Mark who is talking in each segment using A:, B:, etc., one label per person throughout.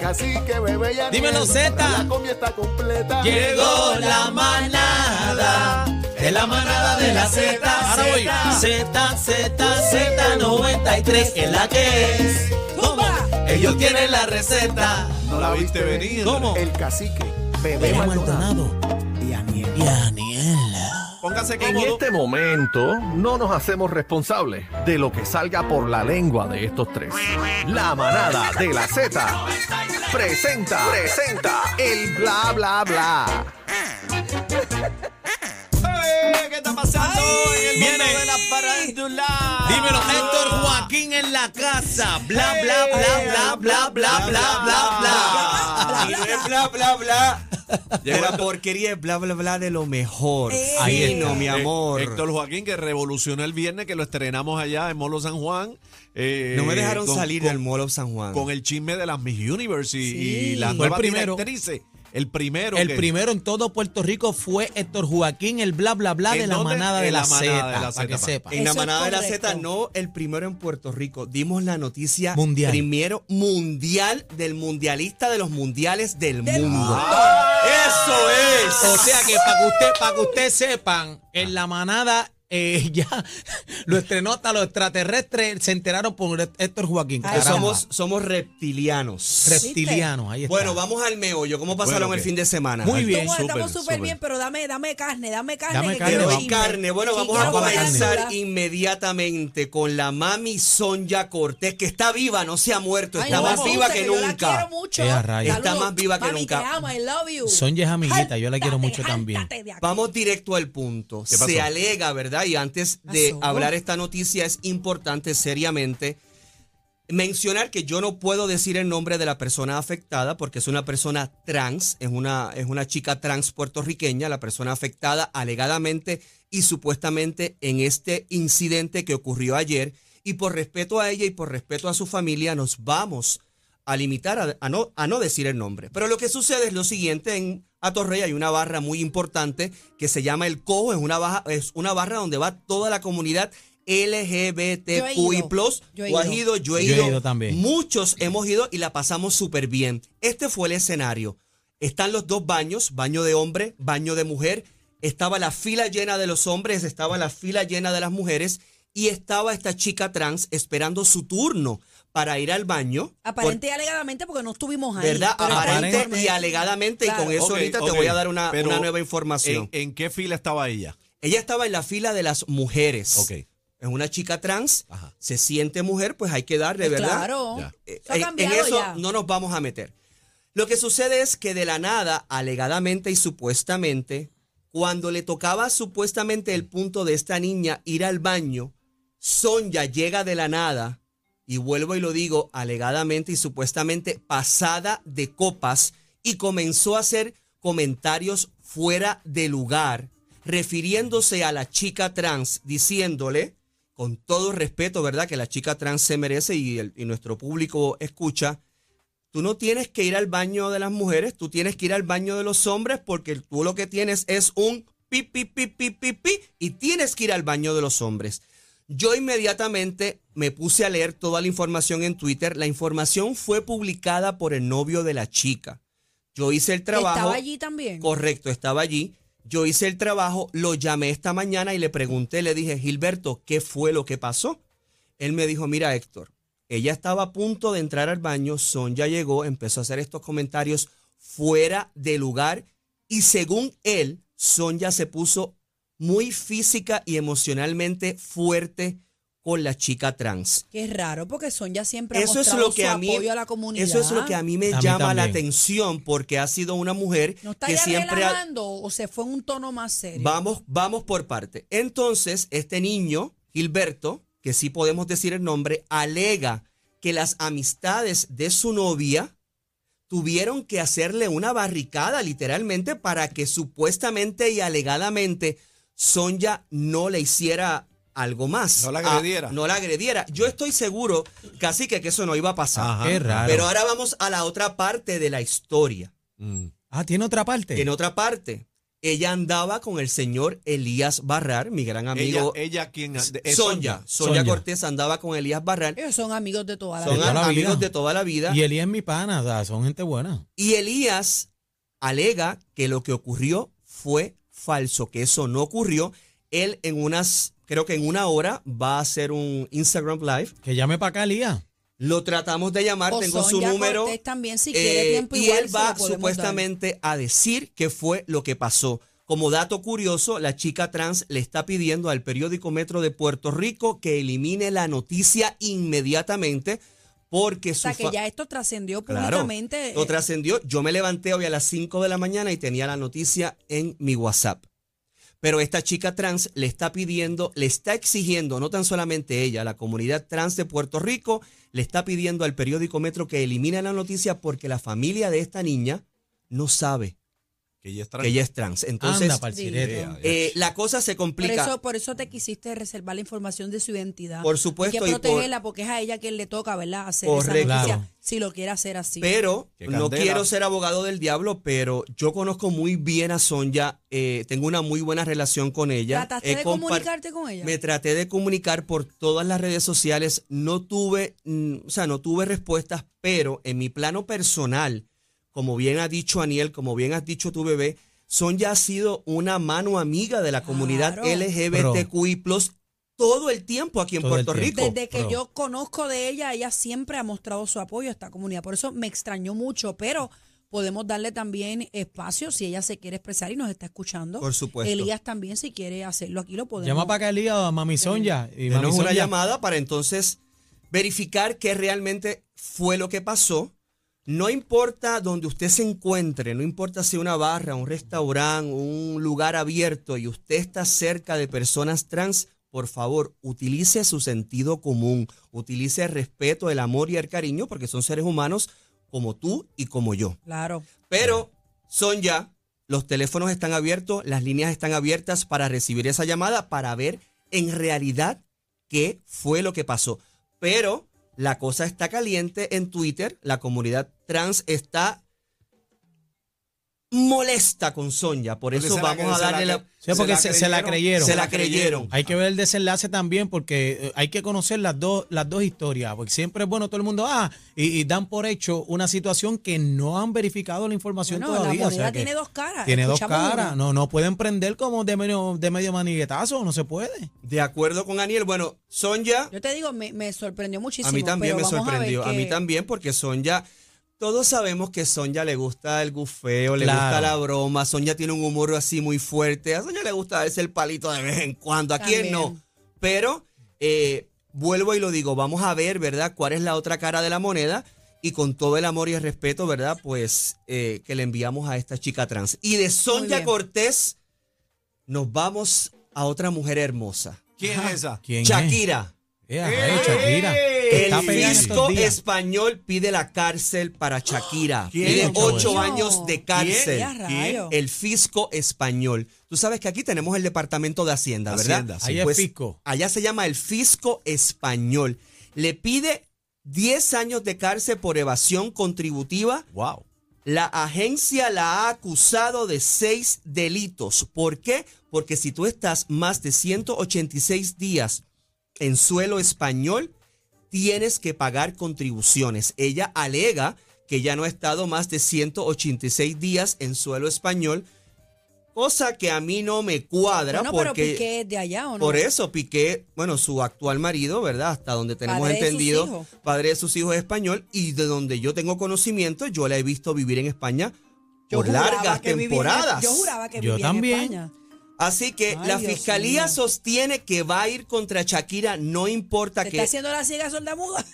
A: Cacique, bebé ya.
B: Dímelo, Zeta.
A: La comida está completa.
B: Llegó la manada de la manada de la Z.
C: Ahora voy.
B: Z, Z, Z, 93 es la que es.
C: Toma.
B: Ellos tienen la receta.
C: No la viste venir.
B: ¿Cómo?
A: El cacique, bebé
B: Bebé
A: Maldonado.
B: Maldonado
A: Y Aniel.
B: y Aniel.
C: Póngase
D: En
C: cómodo.
D: este momento no nos hacemos responsables de lo que salga por la lengua de estos tres. La manada de la Z presenta, presenta el bla bla bla.
C: ¡Eh! ¿Qué está pasando en el mundo
B: Viene.
C: de la farándula?
B: Dímelo, Héctor Joaquín en la casa. Bla, bla,
C: Eh,
B: bla, bla, bla, bla, bla, bla, bla.
C: Y no es bla, bla, bla. De la porquería es bla, bla, bla de lo mejor.
E: este
B: Ahí
C: Ahí no,
B: está.
C: mi amor.
E: Eh, Héctor Joaquín, que revolucionó el viernes, que lo estrenamos allá en Molo San Juan. eh,
C: no me dejaron
E: con-
C: salir
E: con,
C: del Mall of San Juan.
E: Con el chisme de las Miss Universe y, y
B: Sí.
E: las
B: Fue el
E: nuevas
B: primero.
E: directrices. El primero.
B: El
E: que-
B: primero en todo Puerto Rico fue Héctor Joaquín, el bla, bla, bla
E: ¿En
B: de la
E: dónde?
B: manada de
E: En
B: la
E: la manada de
B: Z.
E: la
B: Para que
E: Zeta.
B: sepa.
C: En la
F: Eso es
C: manada de la
F: correcto.
C: Z, no el primero en Puerto Rico. Dimos la noticia
B: Mundial.
C: primero mundial del mundialista de los mundiales del,
F: Del
C: mundo. Ah,
F: mundo.
C: ¡Eso es!
B: O sea que para que usted, para que usted sepan, en la manada eh, ya lo estrenó hasta los extraterrestres, se enteraron por Héctor Joaquín.
C: Que
F: Ay,
B: Caramba.
C: somos, somos reptilianos.
B: reptilianos, ahí está.
C: Bueno, vamos al meollo. ¿Cómo pasaron
E: Bueno,
C: el
E: ok.
C: fin de semana?
B: Muy bien,
F: Estuvo- estamos
E: súper,
F: súper
E: súper.
F: bien, pero dame, dame carne, dame carne.
B: Dame
F: que
B: carne,
F: quiero
B: vamos.
C: Pero
F: chisme.
C: carne, bueno,
F: Sí,
C: vamos a
F: quiero
C: comenzar
F: farándula.
C: inmediatamente con la mami Sonia Cortés, que está viva, no se ha muerto,
F: Ay,
C: está
F: no me
C: más
F: gusta,
C: viva que
F: yo la
C: nunca.
F: quiero mucho.
B: Ella raya.
C: Está más viva que
F: Mami,
C: nunca.
F: Te amo, I love you.
B: Sonia es amiguita, yo la quiero mucho
F: Jáltate,
B: también.
F: jáltate de aquí.
C: Vamos directo al punto.
E: ¿Qué pasó?
C: Se alega, ¿verdad? Y antes de
F: Pasó.
C: hablar esta noticia es importante seriamente mencionar que yo no puedo decir el nombre de la persona afectada porque es una persona trans, es una, es una chica trans puertorriqueña, la persona afectada alegadamente y supuestamente en este incidente que ocurrió ayer. Y por respeto a ella y por respeto a su familia nos vamos a limitar a, a no, a no decir el nombre. Pero lo que sucede es lo siguiente, en Atorrey hay una barra muy importante que se llama El Cojo, es una, baja, es una barra donde va toda la comunidad LGBTQI+.
F: Yo he
C: Tú has
F: ido.
C: ido, yo he
B: Yo he
C: ido.
B: ido también.
C: Muchos hemos ido y la pasamos súper bien. Este fue el escenario. Están los dos baños, baño de hombre, baño de mujer. Estaba la fila llena de los hombres, estaba la fila llena de las mujeres y estaba esta chica trans esperando su turno para ir al baño.
F: Aparente y alegadamente porque no estuvimos
C: Por-
F: ahí.
C: ¿Verdad?
F: pero
C: Aparente
F: aparentemente-
C: y alegadamente, y
F: Claro.
C: con eso
E: Ok,
C: ahorita
E: ok,
C: te voy a dar una,
E: pero
C: una nueva
E: ¿En,
C: información.
E: en qué fila estaba ella?
C: Ella estaba en la fila de las mujeres.
E: Ok.
C: Es una chica trans,
E: Ajá.
C: se siente mujer, pues hay que darle, ¿verdad?
F: Claro.
E: Ya.
C: Eh,
F: Eso ha
C: en- en
F: cambiado
C: eso
F: ya.
C: no nos vamos a meter. Lo que sucede es que de la nada, alegadamente y supuestamente, cuando le tocaba supuestamente el punto de esta niña ir al baño, Sonia llega de la nada, y vuelvo y lo digo, alegadamente y supuestamente pasada de copas, y comenzó a hacer comentarios fuera de lugar, refiriéndose a la chica trans, diciéndole, con todo respeto, ¿verdad? Que la chica trans se merece y, el- y nuestro público escucha. Tú no tienes que ir al baño de las mujeres, tú tienes que ir al baño de los hombres porque tú lo que tienes es un pi, pi, pi, pi, pi, pi y tienes que ir al baño de los hombres. Yo inmediatamente me puse a leer toda la información en Twitter. La información fue publicada por el novio de la chica. Yo hice el trabajo.
F: Estaba allí también.
C: Correcto, estaba allí. Yo hice el trabajo, lo llamé esta mañana y le pregunté, le dije, Gilberto, ¿qué fue lo que pasó? Él me dijo, mira Héctor, ella estaba a punto de entrar al baño, Son ya llegó, empezó a hacer estos comentarios fuera de lugar y según él, Sonia se puso muy física y emocionalmente fuerte con la chica trans.
F: Qué raro porque Sonia siempre ha
C: Eso es
F: mostrado
C: lo que
F: su
C: a mí-
F: apoyo a la comunidad.
C: Eso es lo que a mí me
B: A mí
C: llama la
B: también.
C: atención porque ha sido una mujer
F: ¿No está
C: que
F: ya
C: siempre ha,
F: relajando o se fue en un tono más serio?
C: Vamos, vamos por parte. Entonces, este niño, Gilberto, que sí podemos decir el nombre, alega que las amistades de su novia tuvieron que hacerle una barricada literalmente para que supuestamente y alegadamente Sonja no le hiciera algo más.
E: No la
C: Ah,
E: agrediera.
C: no la agrediera. Yo estoy seguro, casi que eso no iba a pasar.
E: Ajá.
B: Qué raro.
C: Pero ahora vamos a la otra parte de la historia.
E: Mm.
B: ah, tiene otra parte.
C: En otra parte, Ella andaba con el señor Elías Barrar, mi gran
E: Ella,
C: amigo.
B: eh,
E: ella quien eh, es
C: Sonia, Sonia,
B: Sonia. Eh,
C: Cortés andaba con Elías Barrar.
F: Ellos son amigos de toda la
C: Son
F: vida.
B: toda la
C: amigos
B: vida.
C: de toda la vida.
B: Y Elías es mi pana, o sea, son gente buena.
C: Y Elías alega que lo que ocurrió fue falso, que eso no ocurrió. Él en unas, creo que en una hora va a hacer un Instagram Live.
B: Que llame para acá, Elías.
C: Lo tratamos de llamar,
F: O
C: tengo su
F: Sonia
C: número.
F: Cortés también, si
C: eh,
F: quiere tiempo
C: y
F: igual,
C: él
F: se
C: va
F: lo podemos
C: supuestamente a decir qué fue lo que pasó. Como dato curioso, la chica trans le está pidiendo al periódico Metro de Puerto Rico que elimine la noticia inmediatamente porque
F: dar. O sea,
C: su fa-
F: que ya esto trascendió
C: Claro.
F: públicamente.
C: Lo
F: eh,
C: trascendió. Yo me levanté hoy a las 5 de la mañana y tenía la noticia en mi WhatsApp. Pero esta chica trans le está pidiendo, le está exigiendo, no tan solamente ella, la comunidad trans de Puerto Rico, le está pidiendo al periódico Metro que elimine la noticia porque la familia de esta niña no sabe
E: Que ella es
C: que
E: trans.
C: ella es trans. Entonces,
B: Anda, pa'l
F: Sí.
B: cireto.
C: eh, la cosa se
F: por,
C: complica.
F: eso, por eso te quisiste reservar la información de su identidad.
C: Por supuesto,
F: Y
C: y
F: que
C: por-
F: protegerla, porque es a ella quien le toca, ¿verdad? Hacer
C: Correcto.
F: esa noticia,
B: Claro.
F: si lo quiere hacer así.
C: Pero
E: Qué
C: no
E: candela.
C: quiero ser abogado del diablo, pero yo conozco muy bien a Sonia, eh, tengo una muy buena relación con ella.
F: ¿Trataste
C: He
F: de
C: compar-
F: comunicarte con ella?
C: Me traté de comunicar por todas las redes sociales, no tuve, mm, o sea, no tuve respuestas, pero en mi plano personal, como bien ha dicho Aniel, como bien has dicho tu bebé, Sonia ha sido una mano amiga de la comunidad
F: Claro.
C: LGBTQI+, todo el tiempo aquí en
B: Todo el
C: Puerto
B: tiempo.
C: Rico.
F: Desde que
B: Pro.
F: yo conozco de ella, ella siempre ha mostrado su apoyo a esta comunidad. Por eso me extrañó mucho, pero podemos darle también espacio si ella se quiere expresar y nos está escuchando.
C: Por supuesto.
F: Elías también, si quiere hacerlo aquí, lo podemos.
B: Llama para acá, Elías, a Mami Sonia. Y Mami
C: Denos una
B: Sonia-
C: llamada para entonces verificar qué realmente fue lo que pasó. No importa donde usted se encuentre, no importa si una barra, un restaurante, un lugar abierto y usted está cerca de personas trans, por favor, utilice su sentido común, utilice el respeto, el amor y el cariño, porque son seres humanos como tú y como yo.
F: Claro.
C: Pero son ya, los teléfonos están abiertos, las líneas están abiertas para recibir esa llamada, para ver en realidad qué fue lo que pasó. Pero la cosa está caliente en Twitter, la comunidad trans está molesta con Sonia, por eso vamos a darle la...
B: Sí, porque se- se la creyeron.
C: Se la creyeron.
B: Hay que ver el desenlace también porque eh, hay que conocer las dos, las dos historias, porque siempre es bueno todo el mundo, ah, y, y dan por hecho una situación que no han verificado la información
F: Bueno,
B: todavía.
F: la
B: o sea
F: moneda
B: que
F: tiene dos caras.
B: tiene dos
F: Escuchamos
B: caras,
F: una.
B: no, no pueden prender como de medio, de medio maniguetazo, no se puede.
C: De acuerdo con Aniel, bueno, Sonia...
F: Yo te digo, me, me sorprendió muchísimo.
C: A mí también
F: pero
C: me
F: vamos ver
C: sorprendió. A,
F: qué-
C: mí también, porque Sonja. Todos sabemos que Sonja le gusta el gufeo, le
B: Claro.
C: gusta la broma. Sonja tiene un humor así muy fuerte. A Sonja le gusta darse el palito de vez en cuando. ¿A quién no?
F: También.
C: Pero eh, vuelvo y lo digo. Vamos a ver, ¿verdad? ¿Cuál es la otra cara de la moneda? Y con todo el amor y el respeto, ¿verdad? Pues eh, que le enviamos a esta chica trans. Y de Sonja
F: bien.
C: Cortés nos vamos a otra mujer hermosa.
E: ¿Quién es esa?
B: ¿Quién es?
C: Shakira.
B: Ea, ay, Shakira, que está
C: ¡Eh! El
B: pegada en estos
C: fisco
B: días.
C: español pide la cárcel para Shakira.
E: ¿Quién?
C: Pide
F: Dios
C: ocho
F: mío.
C: años de cárcel.
F: Ya, rayos.
C: El fisco español. Tú sabes que aquí tenemos el departamento de Hacienda, ¿verdad?
E: Hacienda, sí.
B: Ahí es
C: Pues,
B: fisco.
C: Allá se llama el fisco español. Le pide 10 años de cárcel por evasión contributiva.
E: Wow.
C: La agencia la ha acusado de seis delitos. ¿Por qué? Porque si tú estás más de 186 días en suelo español, tienes que pagar contribuciones. Ella alega que ya no ha estado más de 186 días en suelo español, cosa que a mí no me cuadra
F: Bueno, pero
C: porque...
F: Piqué es de allá, ¿o no?
C: Por e- eso Piqué, bueno, su actual marido, ¿verdad? Hasta donde tenemos
F: Padre de sus
C: entendido,
F: hijos.
C: padre de sus hijos es español y de donde yo tengo conocimiento, yo la he visto vivir en España
F: Yo
C: por
F: juraba
C: largas
F: que vivía en-
C: temporadas.
F: yo juraba que
B: Yo
F: vivía
B: también.
F: en España.
C: Así que
F: Ay,
C: la
F: Dios
C: fiscalía
F: mío.
C: sostiene que va a ir contra Shakira, no importa
F: ¿Te
C: que
F: está haciendo la ciega sorda muda?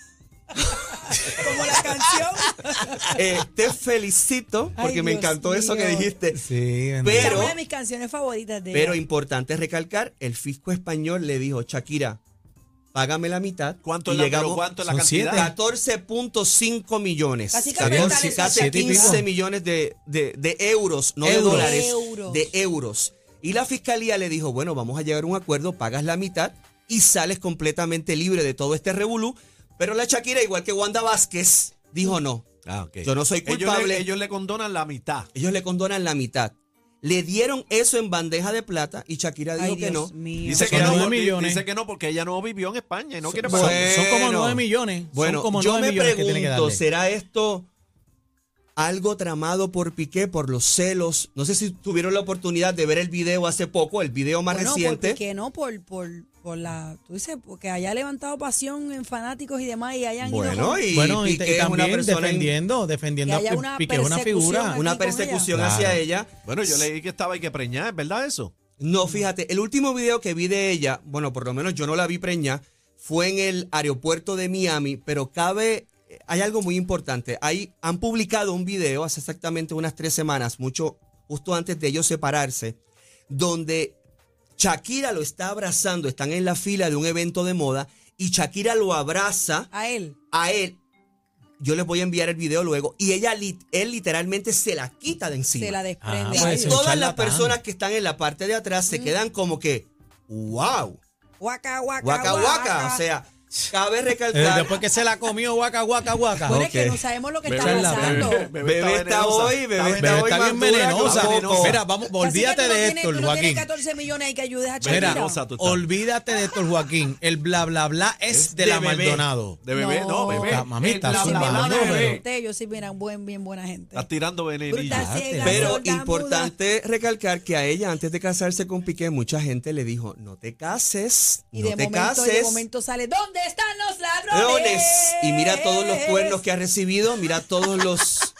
F: Como la canción.
C: Eh, te felicito
F: Ay,
C: porque me
F: Dios
C: encantó eso que
F: mío.
C: dijiste.
B: Sí,
C: Pero-
F: Esa es una de mis canciones favoritas de
C: Pero
F: ella.
C: importante recalcar, el fisco español le dijo, Shakira, págame la mitad.
E: ¿Cuánto
C: y
E: es la, pero
C: llegamos-
E: cuánto es la
B: Son
E: cantidad?
B: siete.
C: 14.5 millones.
F: Casi que
C: 14,
F: aumentan
C: casi
F: esos
C: 15
B: chavitos.
C: millones de, de- de euros, no de
B: Euros.
C: dólares,
F: Euros.
C: de euros. Y la fiscalía le dijo, bueno, vamos a llegar a un acuerdo, pagas la mitad y sales completamente libre de todo este revolú. Pero la Shakira, igual que Wanda Vázquez, dijo no.
E: Ah, ok.
C: Yo no soy
E: Ellos le-
C: culpable.
E: Ellos le, condonan la mitad.
C: Ellos le condonan la mitad. Le dieron eso en bandeja de plata y Shakira dijo
F: Ay,
C: que
F: Dios
C: no.
F: mío.
B: Son
E: Dice que, no,
B: nueve
E: porque-
B: millones.
E: dice que no porque ella no vivió en España y no quiere
B: Son,
E: pagar.
B: son como
C: Bueno.
B: 9 millones.
C: Bueno,
B: son como
C: yo
B: 9
C: me
B: millones que tiene que
C: pregunto,
B: darle.
C: ¿será esto algo tramado por Piqué, por los celos? No sé si tuvieron la oportunidad de ver el video hace poco, el video más reciente.
F: Que no, por, por, por la. Tú dices, porque haya levantado pasión en fanáticos y demás y hayan ido
C: Bueno,
F: con-
C: y,
B: Bueno, y,
C: Piqué
B: te- y
C: es una
B: también
C: persona en-
B: defendiendo, defendiendo
F: Que haya
B: a
F: una
B: Piqué, es una
F: persecución
B: figura.
F: aquí
C: una
F: con
C: persecución
B: ella.
C: hacia
B: Claro.
C: ella.
E: Bueno, yo leí que estaba y que preñada, ¿es verdad eso?
C: No, fíjate, el último video que vi de ella, bueno, por lo menos yo no la vi preña, fue en el aeropuerto de Miami, pero cabe, hay algo muy importante. Ahí han publicado un video hace exactamente unas tres semanas, mucho justo antes de ellos separarse, donde Shakira lo está abrazando, están en la fila de un evento de moda y Shakira lo abraza
F: A él.
C: a él. Yo les voy a enviar el video luego y ella, lit- él literalmente se la quita de encima.
F: Se la desprende.
B: Ah,
F: a
B: pues, un
F: él.
C: Todas las
B: charlatán.
C: personas que están en la parte de atrás se quedan como que, wow,
F: Guaca, guaca,
C: guaca, guaca. O sea, cabe
B: Eh,
C: recalcar,
B: después que se la comió, guaca, guaca, guaca.
F: Bueno, es que
C: ok.
F: no sabemos lo que está
B: Bebe es la-
F: pasando.
C: Bebé está hoy, bebé está
B: Bebé
C: hoy
B: está bien
C: madura,
B: venenosa.
C: como coco.
B: Mira, vamos, olvídate de esto,
F: Tú no tienes
B: Joaquín.
F: 14 millones y que ayudes a Shakira.
B: Mira,
E: Venenosa tú estás.
B: olvídate de esto, Joaquín. El bla, bla, bla es,
E: Es
B: de la
E: de bebé.
B: Maldonado.
E: De bebé, no,
F: No.
E: bebé.
B: Ah, mamita,
E: El bla,
F: Yo
B: sí,
F: soy
E: bla,
F: bien
B: mamá,
E: bla,
F: buena
B: no,
E: bebé.
F: gente, yo soy bien, buen, bien buena gente.
E: Estás tirando venenillo.
F: Bruta ciega,
C: Pero
F: sorda, muda.
C: importante recalcar que a ella, antes de casarse con Piqué, mucha gente le dijo, no te cases,
F: Y
C: no
F: de,
C: te
F: momento,
C: cases.
F: de momento sale, ¿dónde están los ladrones?
C: Leones. Y mira todos los cuernos que ha recibido, mira todos los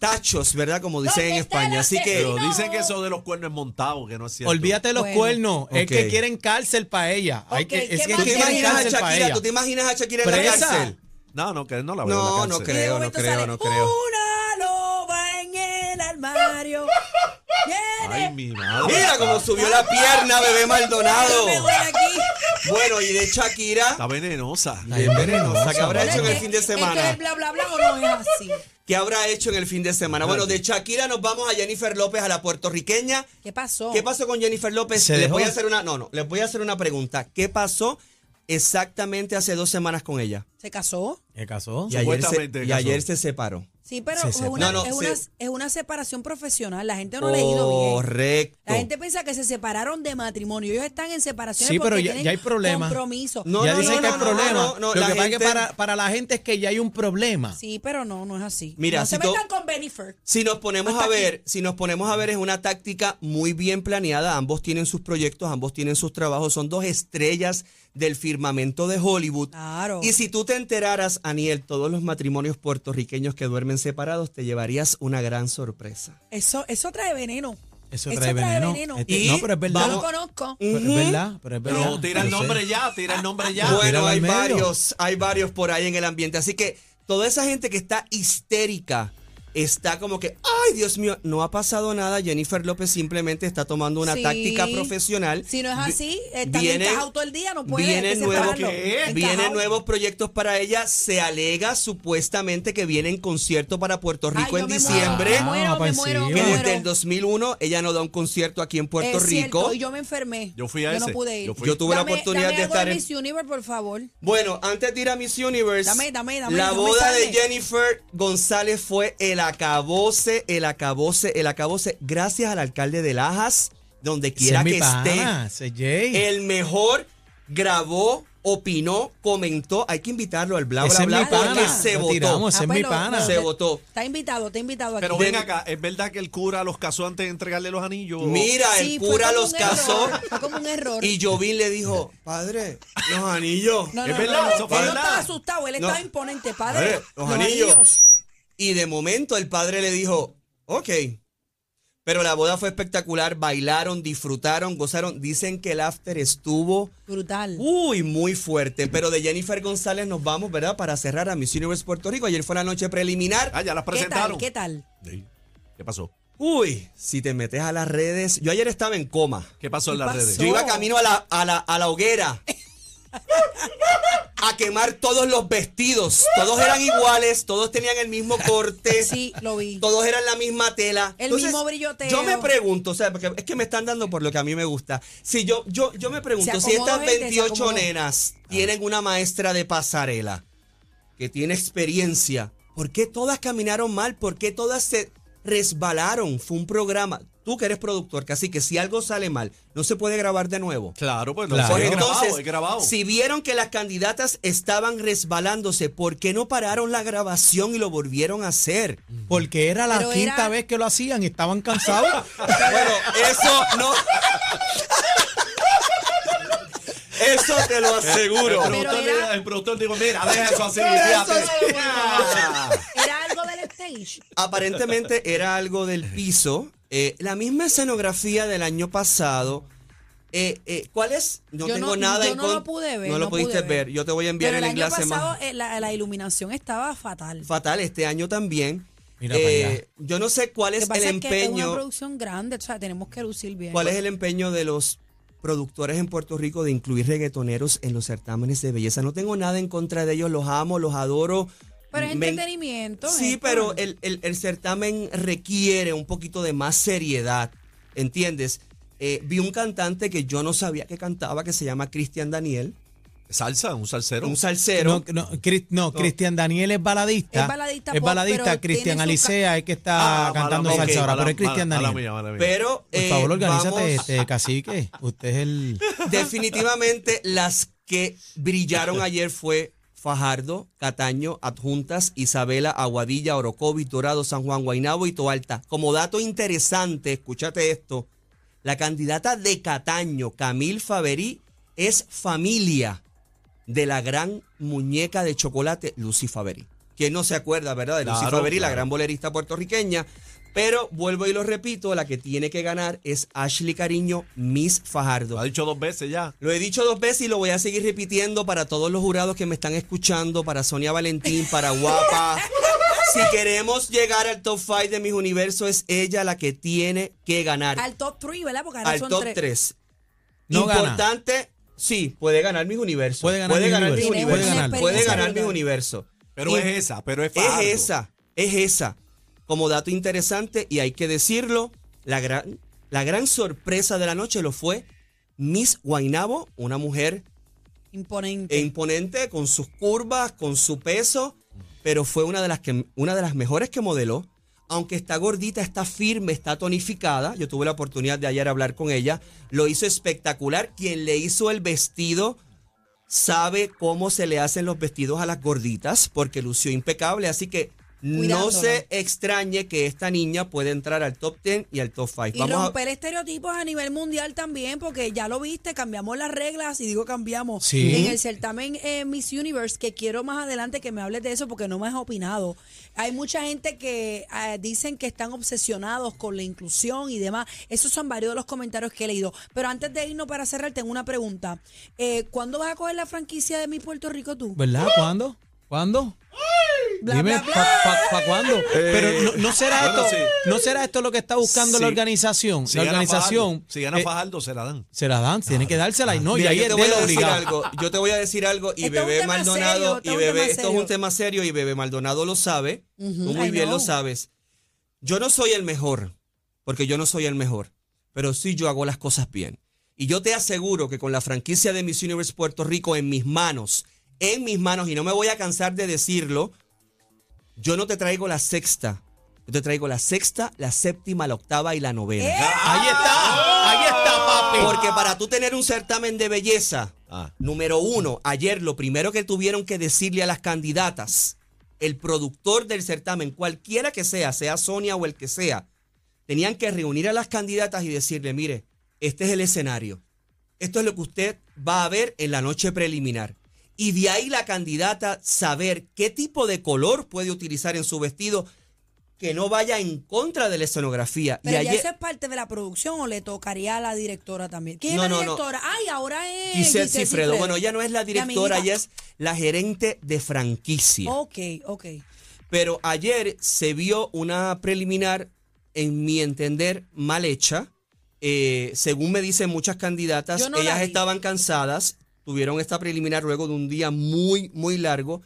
C: tachos, ¿verdad? Como dicen en
F: ¿Dónde están
C: España.
F: los
C: Así que
E: Pero dicen que eso de los cuernos es montado, que no es cierto.
B: Olvídate de los
F: Bueno.
B: cuernos. Es que
C: Ok.
B: quieren cárcel para ella. Hay
F: Ok,
B: que, es
F: ¿qué
B: que
C: ¿Tú
F: más
C: te
B: quieren
F: queremos?
C: imaginas a
B: cárcel para
C: Shakira?
B: ella.
C: ¿Tú te imaginas a Shakira en la
B: Presa.
C: cárcel?
E: No, no, que no la veo en la
C: No,
E: cárcel.
C: no
F: Y de
C: creo, no
F: momento
C: creo,
F: sale,
C: no creo.
F: Una loba en el armario. Viene.
E: Ay, mi madre.
C: Mira cómo subió la pierna, bebé Maldonado.
F: Yo me voy aquí.
C: Bueno, y de Shakira,
E: Está venenosa.
B: Está bien venenosa,
C: ¿qué habrá
B: mano.
C: hecho en el
F: Es
C: fin de
F: que-
C: semana?
F: es que el bla, bla, bla o no es así.
C: ¿qué habrá hecho en el fin de semana? Bueno, de Shakira nos vamos a Jennifer López, a la puertorriqueña.
F: ¿Qué pasó?
C: ¿Qué pasó con Jennifer López?
B: ¿Se
C: les
B: dejó?
C: voy a hacer una, no, no, les voy a hacer una pregunta. ¿Qué pasó exactamente hace dos semanas con ella?
F: ¿Se casó?
B: ¿Qué casó?
C: Y ayer se,
E: Supuestamente
C: y
E: casó.
C: ayer se separó.
F: Sí, pero
B: Se
F: es,
B: separó.
F: una,
C: No, no,
F: es, una,
C: se-
F: es una separación profesional. La gente no ha leído bien.
C: Correcto.
F: La gente piensa que se separaron de matrimonio. Ellos están en separación.
B: Sí, pero ya, ya hay problemas.
F: problemas. Compromiso.
C: No,
B: ya
C: no,
B: dicen
C: no,
B: que
C: no,
B: hay
C: no,
B: problemas.
C: no, no,
B: Lo
C: la
B: que pasa es que
C: gente-
B: para, para la gente es que ya hay un problema.
F: Sí, pero no, no es así.
C: Mira,
F: no
C: si
F: se
C: to-
F: metan con Benifer.
C: Si nos ponemos
F: Hasta
C: a ver, si nos ponemos a ver es una táctica muy bien planeada, ambos tienen sus proyectos, ambos tienen sus trabajos, son dos estrellas del firmamento de Hollywood.
F: Claro.
C: Y si tú te enteraras, Aniel, todos los matrimonios puertorriqueños que duermen separados, te llevarías una gran sorpresa.
F: Eso, eso trae veneno.
B: Eso trae veneno. Este-
C: Y
B: no, pero es verdad.
F: Yo lo conozco.
B: Pero es verdad, pero es verdad.
E: Pero tira el
B: Yo sé.
E: nombre ya, tira el nombre ya.
C: Bueno,
B: tíralo al
C: hay
B: medio.
C: varios, hay varios por ahí en el ambiente. Así que toda esa gente que está histérica está como que, ay Dios mío, no ha pasado nada. Jennifer López simplemente está tomando una
F: Sí.
C: táctica profesional.
F: Si no es así, están
C: Viene-
F: encajado todo el día, no pueden
C: vienen nuevos-
E: ¿Qué?
C: eh, Vienen nuevos proyectos para ella. Se alega supuestamente que vienen concierto para Puerto Rico en diciembre.
F: Me
B: Ah,
F: muero, me
B: pues
F: muero,
B: sí,
C: Que
F: me
B: bueno.
F: muero.
C: desde el 2001 ella no da un concierto aquí en Puerto
F: Es cierto,
C: Rico.
F: y yo me enfermé.
E: Yo fui a
F: no
E: ese,
F: pude ir.
E: yo fui.
C: Yo tuve la
F: Dame-
C: oportunidad
F: dame
C: de
F: algo
C: estar
F: de
C: en-
F: Miss Universe, por favor.
C: Bueno, antes de ir a Miss Universe,
F: Dame, dame, dame,
C: la
F: dame
C: boda de
F: carne.
C: Jennifer González fue el acabose, el acabose, el acabose. Gracias al alcalde de Lajas, donde
B: Ese es
C: quiera
B: mi
C: que
B: pana, ese es Jay.
C: esté. El mejor grabó, opinó, comentó. Hay que invitarlo al bla,
B: Ese
C: bla,
B: es
C: bla,
B: mi
F: pana.
C: porque se
B: Lo
C: votó.
B: tiramos. Ese es mi
F: lo-
B: pana.
F: lo-
C: Se votó.
F: Está invitado, está invitado aquí.
E: Pero ven acá, ¿es verdad que el cura los casó antes de entregarle los anillos?
C: Mira,
F: Sí,
C: el
F: fue
C: cura
F: como
C: los
F: un
C: casó
F: error, Fue como un error.
C: y Jovín le dijo, padre, los anillos.
F: No, no,
E: Es
F: no,
E: verdad,
F: no,
E: eso fue
F: él no
E: verdad.
F: estaba asustado, él
C: No.
F: estaba imponente,
C: Padre,
F: padre.
C: los anillos. Y de momento el padre le dijo, ok. Pero la boda fue espectacular, bailaron, disfrutaron, gozaron. Dicen que el after estuvo,
F: Brutal.
C: uy, muy fuerte. Pero de Jennifer González nos vamos, ¿verdad? Para cerrar a Miss Universe Puerto Rico. Ayer fue la noche preliminar.
E: Ah, ya las
F: ¿Qué tal?
E: presentaron.
F: ¿Qué tal?
E: Sí. ¿Qué pasó?
C: Uy, si te metes a las redes. Yo ayer estaba en coma.
E: ¿Qué pasó en
F: ¿Qué
E: las
F: pasó?
E: redes?
C: Yo iba camino a la, a la, a la hoguera. A quemar todos los vestidos. Todos eran iguales, todos tenían el mismo corte.
F: Sí, lo vi.
C: Todos eran la misma tela.
F: El mismo brilloteo.
C: Yo me pregunto, o sea, porque es que me están dando por lo que a mí me gusta. Si yo, yo, yo me pregunto,
F: Se
C: si
F: acomodó
C: estas
F: gente, se
C: 28
F: acomodó.
C: nenas tienen una maestra de pasarela que tiene experiencia, ¿por qué todas caminaron mal? ¿Por qué todas se resbalaron. Fue un programa. Tú que eres productor, casi que si algo sale mal, no se puede grabar de nuevo.
E: Claro, pues
B: Claro.
E: Pues
C: Pues
E: entonces,
C: entonces, si vieron que las candidatas estaban resbalándose, ¿por qué no pararon la grabación y lo volvieron a hacer?
B: Porque era la
F: Pero
B: quinta
F: era-
B: vez que lo hacían y estaban cansados.
C: Bueno, eso no. Eso te lo aseguro.
E: El productor,
F: Pero era-
E: le- el productor digo, mira, deja eso así.
C: Eso
E: fíjate.
C: no lo puedo.
F: Era algo del stage.
C: Aparentemente era algo del piso. Eh, la misma escenografía del año pasado. Eh, eh, ¿Cuál es? No
F: Yo
C: tengo
F: no-
C: nada
F: yo
C: en
F: no lo
C: con-
F: pude ver,
C: No lo
F: no pude
C: pudiste ver.
F: ver.
C: Yo te voy a enviar
F: Pero el
C: el
F: año
C: enlace más.
F: pasado eh, la, la iluminación estaba fatal.
C: fatal este año también.
B: Mira para
C: Eh,
B: allá.
C: yo no sé cuál
F: Lo que
C: es
F: pasa
C: el
F: es que es una
C: empeño,
F: producción grande, o sea, tenemos que lucir bien.
C: cuál es el empeño de los productores en Puerto Rico de incluir reggaetoneros en los certámenes de belleza. No tengo nada en contra de ellos, los amo, los adoro.
F: Pero es
C: Me-
F: entretenimiento.
C: Sí,
F: Néstor.
C: pero el, el- el certamen requiere un poquito de más seriedad, ¿entiendes? Eh, vi un cantante que yo no sabía que cantaba, que se llama Cristian Daniel,
E: Salsa, un salsero.
C: un salsero.
B: No, no, Cris- no, Cristian Daniel es baladista.
F: Es baladista
B: Es
F: pop,
B: baladista.
F: pero
B: Cristian
F: tiene su
B: Alicea es que está
E: Ah,
B: cantando
E: mala-
B: salsa
E: ok,
B: ahora,
E: mala-
B: pero es Cristian
E: mala-
B: Daniel.
E: mala mía, mala mía.
C: Pero,
B: Por
C: eh,
B: favor, organízate,
C: vamos-
B: este, cacique. Usted es el.
C: Definitivamente las que brillaron ayer fue Fajardo, Cataño, Adjuntas, Isabela, Aguadilla, Orocovis, Dorado, San Juan, Guainabo y Toalta. Como dato interesante, escúchate esto, la candidata de Cataño, Camil Faverí, es familia de la gran muñeca de chocolate, Lucy Faverí. Quien no se acuerda, ¿verdad? De Lucy
E: Claro,
C: Faverí, la
E: claro.
C: gran bolerista puertorriqueña. Pero vuelvo y lo repito, la que tiene que ganar es Ashley Cariño, Miss Fajardo.
E: Lo ha dicho dos veces ya.
C: Lo he dicho dos veces y lo voy a seguir repitiendo para todos los jurados que me están escuchando, para Sonia Valentín, para Guapa. Si queremos llegar al top 5 de mis universos, es ella la que tiene que ganar. Al,
F: Al top 3, ¿verdad? Porque ahora son
C: top
F: tres.
C: 3.
B: No gana.
C: Importante, sí, puede ganar mis universos.
B: Puede ganar Miss Universo,
C: mis universos.
B: puede ganar.
C: Puede ganar mis
F: Experiencia
C: universos.
E: Pero
C: Y-
E: es esa, pero es
C: es
E: Fajardo.
C: esa, es esa. Como dato interesante, y hay que decirlo, la gran, la gran sorpresa de la noche lo fue Miss Guainabo, una mujer
F: Imponente.
C: e imponente con sus curvas, con su peso, pero fue una de las, que, una de las mejores que modeló. Aunque está gordita, está firme, está tonificada. Yo tuve la oportunidad de ayer hablar con ella. Lo hizo espectacular. Quien le hizo el vestido sabe cómo se le hacen los vestidos a las gorditas porque lució impecable. Así que no
F: Cuidándola.
C: se extrañe que esta niña puede entrar al top 10 y al top 5.
F: Y romper estereotipos a nivel mundial también, porque ya lo viste, cambiamos las reglas y digo cambiamos.
B: Sí.
F: En el certamen eh, Miss Universe, que quiero más adelante que me hables de eso porque no me has opinado. Hay mucha gente que eh, dicen que están obsesionados con la inclusión y demás. Esos son varios de los comentarios que he leído. Pero antes de irnos para cerrar, tengo una pregunta. Eh, ¿Cuándo vas a coger la franquicia de Miss Puerto Rico tú?
B: ¿Verdad? ¿Cuándo? ¿Cuándo?
F: Bla,
B: Dime,
F: bla, bla.
B: ¿para cuándo? Pero no, no
C: Eh,
B: será
E: bueno,
B: esto,
E: sí.
B: no será esto lo que está buscando
E: Sí.
B: la organización.
E: Si
B: la
E: gana
B: organización
E: Fajardo, si gana
B: eh,
E: Fajardo, se la dan.
B: se la dan, tiene que dársela y no,
C: Ah, Mira,
B: y ahí
C: yo
B: es
C: te voy
B: de
C: a decir
B: obligado.
C: algo. Yo te voy a decir algo y
F: Esto es un
C: bebé
F: tema serio,
C: Maldonado
F: esto es
C: y
F: un
C: bebé,
F: tema
C: esto es
F: serio.
C: un tema serio y bebé Maldonado lo sabe.
F: Ujú,
C: Tú muy
F: I
C: bien lo
F: know.
C: sabes. Yo no soy el mejor, porque yo no soy el mejor, pero sí yo hago las cosas bien. Y yo te aseguro que con la franquicia de Miss Universe Puerto Rico en mis manos, en mis manos y no me voy a cansar de decirlo, yo no te traigo la sexta. Yo te traigo la sexta, la séptima, la octava y la novena.
F: ¡Eh!
E: Ahí está, ahí está, papi.
C: Porque para tú tener un certamen de belleza,
E: Ah.
C: número uno, ayer lo primero que tuvieron que decirle a las candidatas, el productor del certamen, cualquiera que sea, sea Sonia o el que sea, tenían que reunir a las candidatas y decirle, mire, este es el escenario. Esto es lo que usted va a ver en la noche preliminar. Y de ahí la candidata saber qué tipo de color puede utilizar en su vestido que no vaya en contra de la escenografía.
F: Pero
C: y
F: ya
C: ayer-
F: eso es parte de la producción o le tocaría a la directora también. ¿Quién
C: No,
F: es la
C: no, no.
F: directora? Ay, ahora es
C: Giselle Cifredo. Bueno, ella no es la
F: Mi Oh,
C: directora,
F: amiguita.
C: ella es la gerente de franquicia.
F: Ok, ok.
C: Pero ayer se vio una preliminar, en mi entender, mal hecha. Eh, según me dicen muchas candidatas,
F: Yo no la
C: ellas
F: vi.
C: estaban cansadas, tuvieron esta preliminar luego de un día muy, muy largo.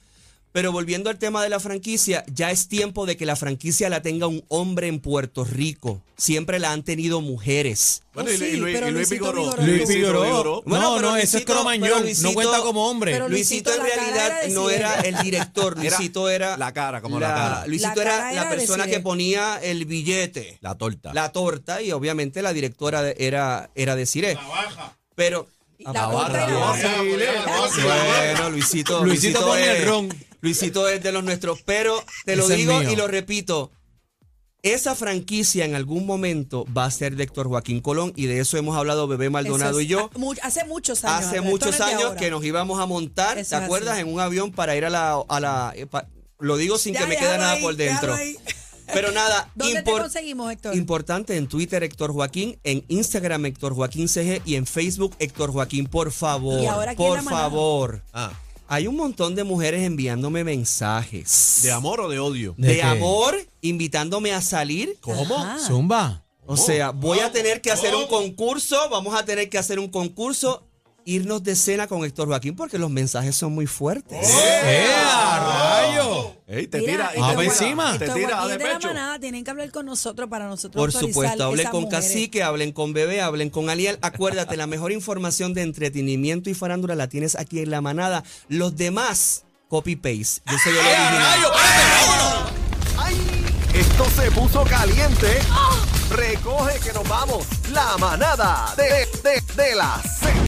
C: Pero volviendo al tema de la franquicia, ya es tiempo de que la franquicia la tenga un hombre en Puerto Rico. Siempre la han tenido mujeres.
E: Bueno,
F: Oh,
E: y, Lu-
F: sí,
E: y Luis,
F: pero
E: y Luis
F: Luisito
E: Vigoró.
F: Vigoró.
B: Luis
E: Luisito
B: Figueroa.
E: Vigoró.
C: Bueno,
B: No,
C: pero
B: no, eso es
C: Luisito-
B: cromañón.
C: pero Luisito-
B: no cuenta como hombre.
F: pero
C: Luisito,
F: Luisito
C: en
F: la cara
C: realidad
F: era de
C: no era
F: sirena.
C: el director, Luisito era
E: la cara, como la cara.
C: Luisito
F: La
C: era
F: cara
C: la
F: era de
C: persona que
F: sirena.
C: ponía el billete,
E: La torta.
C: la torta y obviamente la directora de- era era de Cire. Pero Ah,
F: La torta y
C: Barra.
F: la baja.
C: Bueno, Luisito.
B: Luisito pone el
C: es-
B: ron.
C: Luisito es de los nuestros, pero te lo
B: Ese es
C: digo
B: mío.
C: y lo repito. Esa franquicia en algún momento va a ser de Héctor Joaquín Colón y de eso hemos hablado Bebé Maldonado
F: Eso es-
C: y yo.
F: ha- mu- Hace muchos años.
C: Hace
F: atrás,
C: muchos
F: esto no es de
C: años
F: ahora.
C: que nos íbamos a montar,
F: Eso
C: ¿te
F: es
C: acuerdas?
F: así.
C: En un avión para ir a la... A la eh, pa- lo digo sin
F: Ya,
C: que me quede
F: déjalo
C: nada
F: ahí,
C: por dentro.
F: déjalo ahí.
C: Pero nada,
F: ¿Dónde te
C: impor-
F: conseguimos, Héctor?
C: Importante en Twitter Héctor Joaquín, en Instagram Héctor Joaquín CG y en Facebook Héctor Joaquín, por favor.
F: ¿Y ahora quién
C: por
F: la manada?
C: favor.
E: Ah,
C: Hay un montón de mujeres enviándome mensajes.
E: ¿De amor o de odio?
C: De
B: qué?
C: amor, invitándome a salir.
E: ¿Cómo?
F: Ajá.
B: Zumba.
C: O sea, voy a tener que hacer un concurso, vamos a tener que hacer un concurso, irnos de cena con Héctor Joaquín porque los mensajes son muy fuertes.
B: ¡Eh, a rayo!
E: Ey, te
F: Mira,
E: tira,
F: Héctor
B: Ah,
E: te
B: pues
E: tira-
B: encima.
E: te
F: Héctor
E: tira
F: Joaquín
E: de
F: de la
E: pecho.
F: manada tienen que hablar con nosotros para nosotros
C: Por
F: actualizar
C: supuesto, hablen
F: esas
C: con
F: mujeres.
C: Cacique, hablen con Bebé, hablen con Aliel. Acuérdate, la mejor información de entretenimiento y farándula la tienes aquí en La Manada. Los demás, copy-paste. Yo soy el original.
D: ¡Ay! Esto se puso caliente. Recoge que nos vamos. La manada de, de, de la Z.